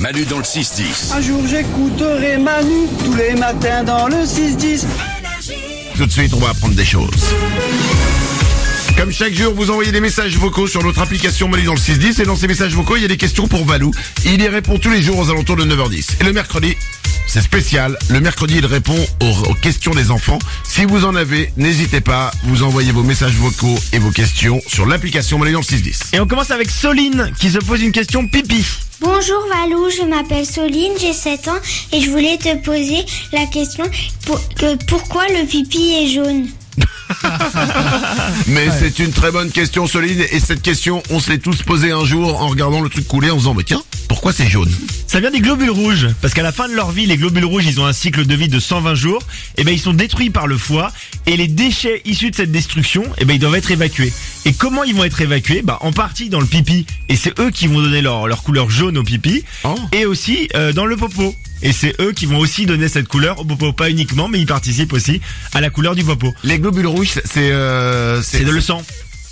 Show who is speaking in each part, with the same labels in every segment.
Speaker 1: Manu dans le 6-10.
Speaker 2: Un jour j'écouterai Manu tous les matins dans le 6-10.
Speaker 1: Tout de suite, on va apprendre des choses. Comme chaque jour, vous envoyez des messages vocaux sur notre application Manu dans le 610 et dans ces messages vocaux, il y a des questions pour Valou. Il y répond tous les jours aux alentours de 9h10. Et le mercredi, c'est spécial. Le mercredi, il répond aux, aux questions des enfants. Si vous en avez, n'hésitez pas, vous envoyez vos messages vocaux et vos questions sur l'application Manu dans le 610.
Speaker 3: Et on commence avec Soline qui se pose une question pipi.
Speaker 4: Bonjour Valou, je m'appelle Soline, j'ai 7 ans et je voulais te poser la question pour- que pourquoi le pipi est jaune
Speaker 1: Mais c'est une très bonne question, Soline. Et cette question, on se l'est tous posée un jour en regardant le truc couler en se disant, mais tiens, pourquoi c'est jaune
Speaker 3: Ça vient des globules rouges, parce qu'à la fin de leur vie, les globules rouges, ils ont un cycle de vie de 120 jours, et ben ils sont détruits par le foie, et les déchets issus de cette destruction, et ben ils doivent être évacués. Et comment ils vont être évacués Bah en partie dans le pipi, et c'est eux qui vont donner leur, leur couleur jaune au pipi,
Speaker 1: Oh.
Speaker 3: et aussi euh, dans le popo. Et c'est eux qui vont aussi donner cette couleur au popo, pas uniquement, mais ils participent aussi à la couleur du popo.
Speaker 1: Les globules rouges, c'est euh,
Speaker 3: C'est de le sang.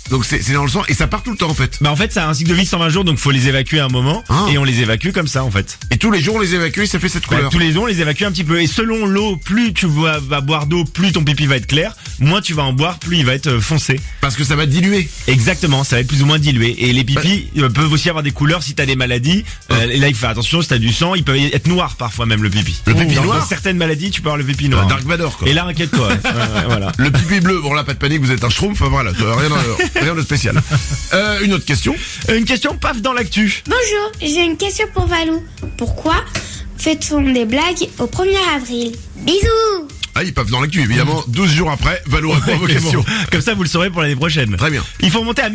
Speaker 1: donc c'est c'est dans le sang et ça part tout le temps en fait.
Speaker 3: Bah en fait, ça a un cycle de vie de 120 jours, donc faut les évacuer à un moment,
Speaker 1: Ah.
Speaker 3: et on les évacue comme ça en fait.
Speaker 1: Et tous les jours on les évacue, et ça fait cette
Speaker 3: Bah,
Speaker 1: couleur.
Speaker 3: tous les ans, on les évacue un petit peu. Et selon l'eau, plus tu vas, vas boire d'eau, plus ton pipi va être clair. Moins tu vas en boire, plus il va être euh, foncé.
Speaker 1: Parce que ça va diluer.
Speaker 3: Exactement, ça va être plus ou moins dilué. Et les pipis
Speaker 1: Bah-
Speaker 3: euh, peuvent aussi avoir des couleurs si t'as des maladies.
Speaker 1: Ah.
Speaker 3: Euh, et là, il faut faire attention, si t'as du sang, il peut être noir parfois même le pipi.
Speaker 1: Le pipi
Speaker 3: Dans-
Speaker 1: noir
Speaker 3: Dans certaines maladies, tu peux avoir le pipi noir.
Speaker 1: Euh, Dark Vador quoi.
Speaker 3: et là, inquiète-toi. ouais. Ouais, ouais, voilà.
Speaker 1: Le pipi bleu, bon là pas de panique, vous êtes un schtroumpf, enfin, voilà, euh, rien, de- rien de spécial. Euh, une autre question.
Speaker 3: Euh, Une question, paf, dans l'actu.
Speaker 4: Bonjour, j'ai une question pour Valou. Pourquoi fait-on des blagues au 1er avril Bisous
Speaker 1: Ah ils peuvent dans l'actu évidemment,
Speaker 3: Mm.
Speaker 1: 12 jours après, Valo répond à vos
Speaker 3: Et bon,
Speaker 1: questions.
Speaker 3: Comme ça, vous le saurez pour l'année prochaine.
Speaker 1: Très bien.
Speaker 3: Il faut monter à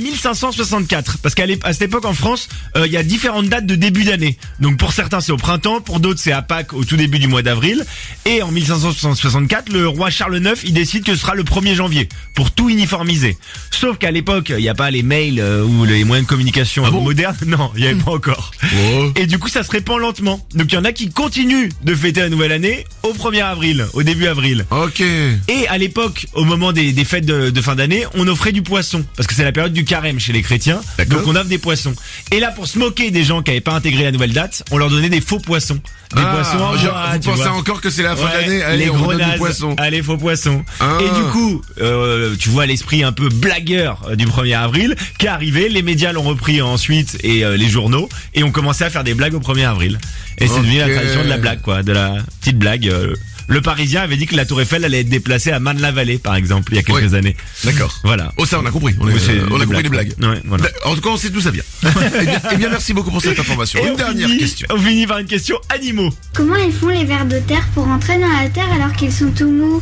Speaker 3: 1564 parce qu'à l'ép- à cette époque en France, euh, il y a différentes dates de début d'année. Donc pour certains c'est au printemps, pour d'autres c'est à Pâques au tout début du mois d'avril. Et en 1564, le roi Charles IX il décide que ce sera le 1er janvier pour tout uniformiser. Sauf qu'à l'époque il n'y a pas les mails euh, ou les moyens de communication
Speaker 1: Ah bon
Speaker 3: modernes. Non, il n'y avait pas encore.
Speaker 1: Oh.
Speaker 3: Et du coup ça se répand lentement. Donc il y en a qui continuent de fêter la nouvelle année au 1er avril, au début avril.
Speaker 1: Ok.
Speaker 3: Et à l'époque, au moment des, des fêtes de, de fin d'année, on offrait du poisson. Parce que c'est la période du carême chez les chrétiens.
Speaker 1: D'accord.
Speaker 3: Donc on offre des poissons. Et là, pour se moquer des gens qui n'avaient pas intégré la nouvelle date, on leur donnait des faux poissons. Des
Speaker 1: Ah,
Speaker 3: poissons en
Speaker 1: genre,
Speaker 3: bois,
Speaker 1: vous
Speaker 3: tu
Speaker 1: pensez
Speaker 3: vois.
Speaker 1: encore que c'est la fin
Speaker 3: Ouais,
Speaker 1: d'année Allez,
Speaker 3: les
Speaker 1: on
Speaker 3: gros
Speaker 1: donne du
Speaker 3: nazes.
Speaker 1: poisson.
Speaker 3: Allez, faux poissons.
Speaker 1: Ah.
Speaker 3: Et du coup, euh, tu vois l'esprit un peu blagueur euh, du 1er avril qui est arrivé. Les médias l'ont repris ensuite et euh, les journaux. Et ont commencé à faire des blagues au 1er avril. Et c'est devenu la
Speaker 1: Ok.
Speaker 3: tradition de la blague, quoi. De la petite blague. euh, le Parisien avait dit que la Tour Eiffel allait être déplacée à Marne-la-Vallée, par exemple, il y a quelques
Speaker 1: Ouais.
Speaker 3: années.
Speaker 1: D'accord.
Speaker 3: Voilà.
Speaker 1: Oh ça on a compris, on, est-
Speaker 3: Mais c'est
Speaker 1: euh, on a compris les blagues.
Speaker 3: Ouais, voilà.
Speaker 1: En tout cas, on sait d'où ça vient. eh, bien, eh bien, merci beaucoup pour cette information.
Speaker 3: Et
Speaker 1: Une
Speaker 3: on
Speaker 1: dernière
Speaker 3: finit-
Speaker 1: question.
Speaker 3: On finit par une question animaux.
Speaker 4: Comment ils font les vers de terre pour entrer dans la terre alors qu'ils sont tout mous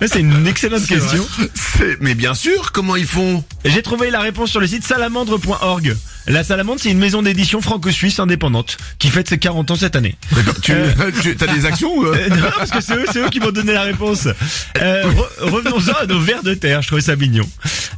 Speaker 3: Ouais, C'est une excellente question.
Speaker 1: C'est- Mais bien sûr, comment ils font
Speaker 3: J'ai trouvé la réponse sur le site salamandre.org. La salamandre, c'est une maison d'édition franco-suisse indépendante qui fête ses 40 ans cette année.
Speaker 1: Tu tu- t'as des actions ou, euh
Speaker 3: Euh, non, parce que c'est eux, c'est eux qui m'ont donné la réponse. Euh, re- Revenons-en à nos vers de terre, je trouvais ça mignon.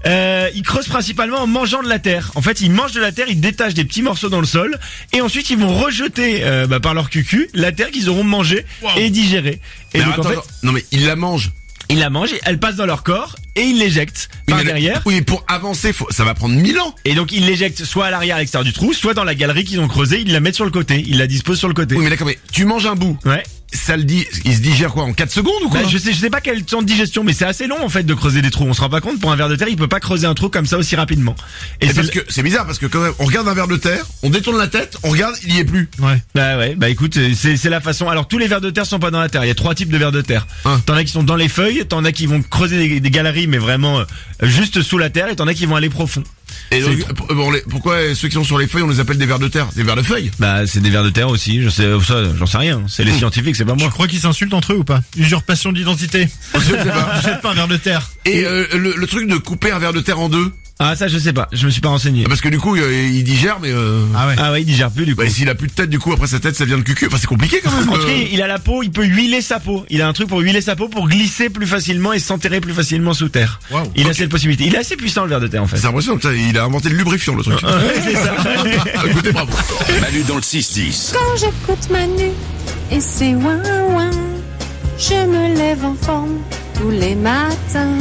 Speaker 3: Euh, ils creusent principalement en mangeant de la terre. En fait, ils mangent de la terre, ils détachent des petits morceaux dans le sol, et ensuite ils vont rejeter euh, bah, par leur cucu la terre qu'ils auront mangée et digérée. Et
Speaker 1: Mais
Speaker 3: donc
Speaker 1: attends,
Speaker 3: en fait,
Speaker 1: attends. Non mais ils la mangent.
Speaker 3: ils la mangent, elle passe dans leur corps, et ils l'éjectent
Speaker 1: Oui,
Speaker 3: par
Speaker 1: mais le-
Speaker 3: derrière.
Speaker 1: Oui, mais pour avancer, faut- ça va prendre 1000 ans.
Speaker 3: Et donc ils l'éjectent soit à l'arrière, à l'extérieur du trou, soit dans la galerie qu'ils ont creusée, ils la mettent sur le côté, ils la disposent sur le côté.
Speaker 1: Oui, mais d'accord, mais tu manges un bout.
Speaker 3: Ouais.
Speaker 1: Ça le dit, il se digère quoi en 4 secondes ou quoi
Speaker 3: Bah, je sais, je sais pas quel temps de digestion, mais c'est assez long en fait de creuser des trous. On se rend pas compte. Pour un ver de terre, il peut pas creuser un trou comme ça aussi rapidement.
Speaker 1: Eh,
Speaker 3: Et c'est
Speaker 1: parce que c'est bizarre parce que quand même on regarde un verre de terre, on détourne la tête, on regarde, il y est plus.
Speaker 3: Ouais. Bah ouais. Bah écoute, euh, c'est c'est la façon. Alors tous les vers de terre sont pas dans la terre. Il y a trois types de vers de terre.
Speaker 1: Hein.
Speaker 3: T'en as qui sont dans les feuilles, t'en as qui vont creuser des, des galeries, mais vraiment euh, juste sous la terre, et t'en as qui vont aller profond.
Speaker 1: Et
Speaker 3: C'est-
Speaker 1: donc, pour- bon, les- pourquoi euh, ceux qui sont sur les feuilles, on les appelle des vers de terre, des vers de feuilles
Speaker 3: Bah c'est des vers de terre aussi. Je sais ça, j'en sais rien. C'est les scientifiques, c'est pas moi.
Speaker 5: Je crois qu'ils s'insultent entre eux ou pas Usurpation d'identité.
Speaker 1: Je sais pas.
Speaker 5: Jette pas un verre de terre.
Speaker 1: Et euh, le, le truc de couper un verre de terre en deux,
Speaker 3: Ah ça je sais pas, je me suis pas renseigné.
Speaker 1: Ah, Parce que du coup, euh, il digère, mais euh,
Speaker 5: bah. Ah ouais.
Speaker 3: Ah ouais, il digère plus du coup.
Speaker 1: bah, s'il a plus de tête, du coup, après sa tête, ça vient de cucu. Enfin, c'est compliqué quand même.
Speaker 3: En tout cas,
Speaker 1: euh.
Speaker 3: il a la peau, il peut huiler sa peau. Il a un truc pour huiler sa peau pour glisser plus facilement et s'enterrer plus facilement sous terre.
Speaker 1: Waouh.
Speaker 3: il a
Speaker 1: Ok.
Speaker 3: cette possibilité. Il est assez puissant le ver de terre en fait.
Speaker 1: C'est impressionnant, putain, il a inventé le lubrifiant, le truc.
Speaker 3: C'est ça.
Speaker 1: Écoutez, bravo.
Speaker 6: Manu dans le 6-10.
Speaker 7: Quand j'écoute Manu et c'est ouin ouin, je me lève en forme tous les matins.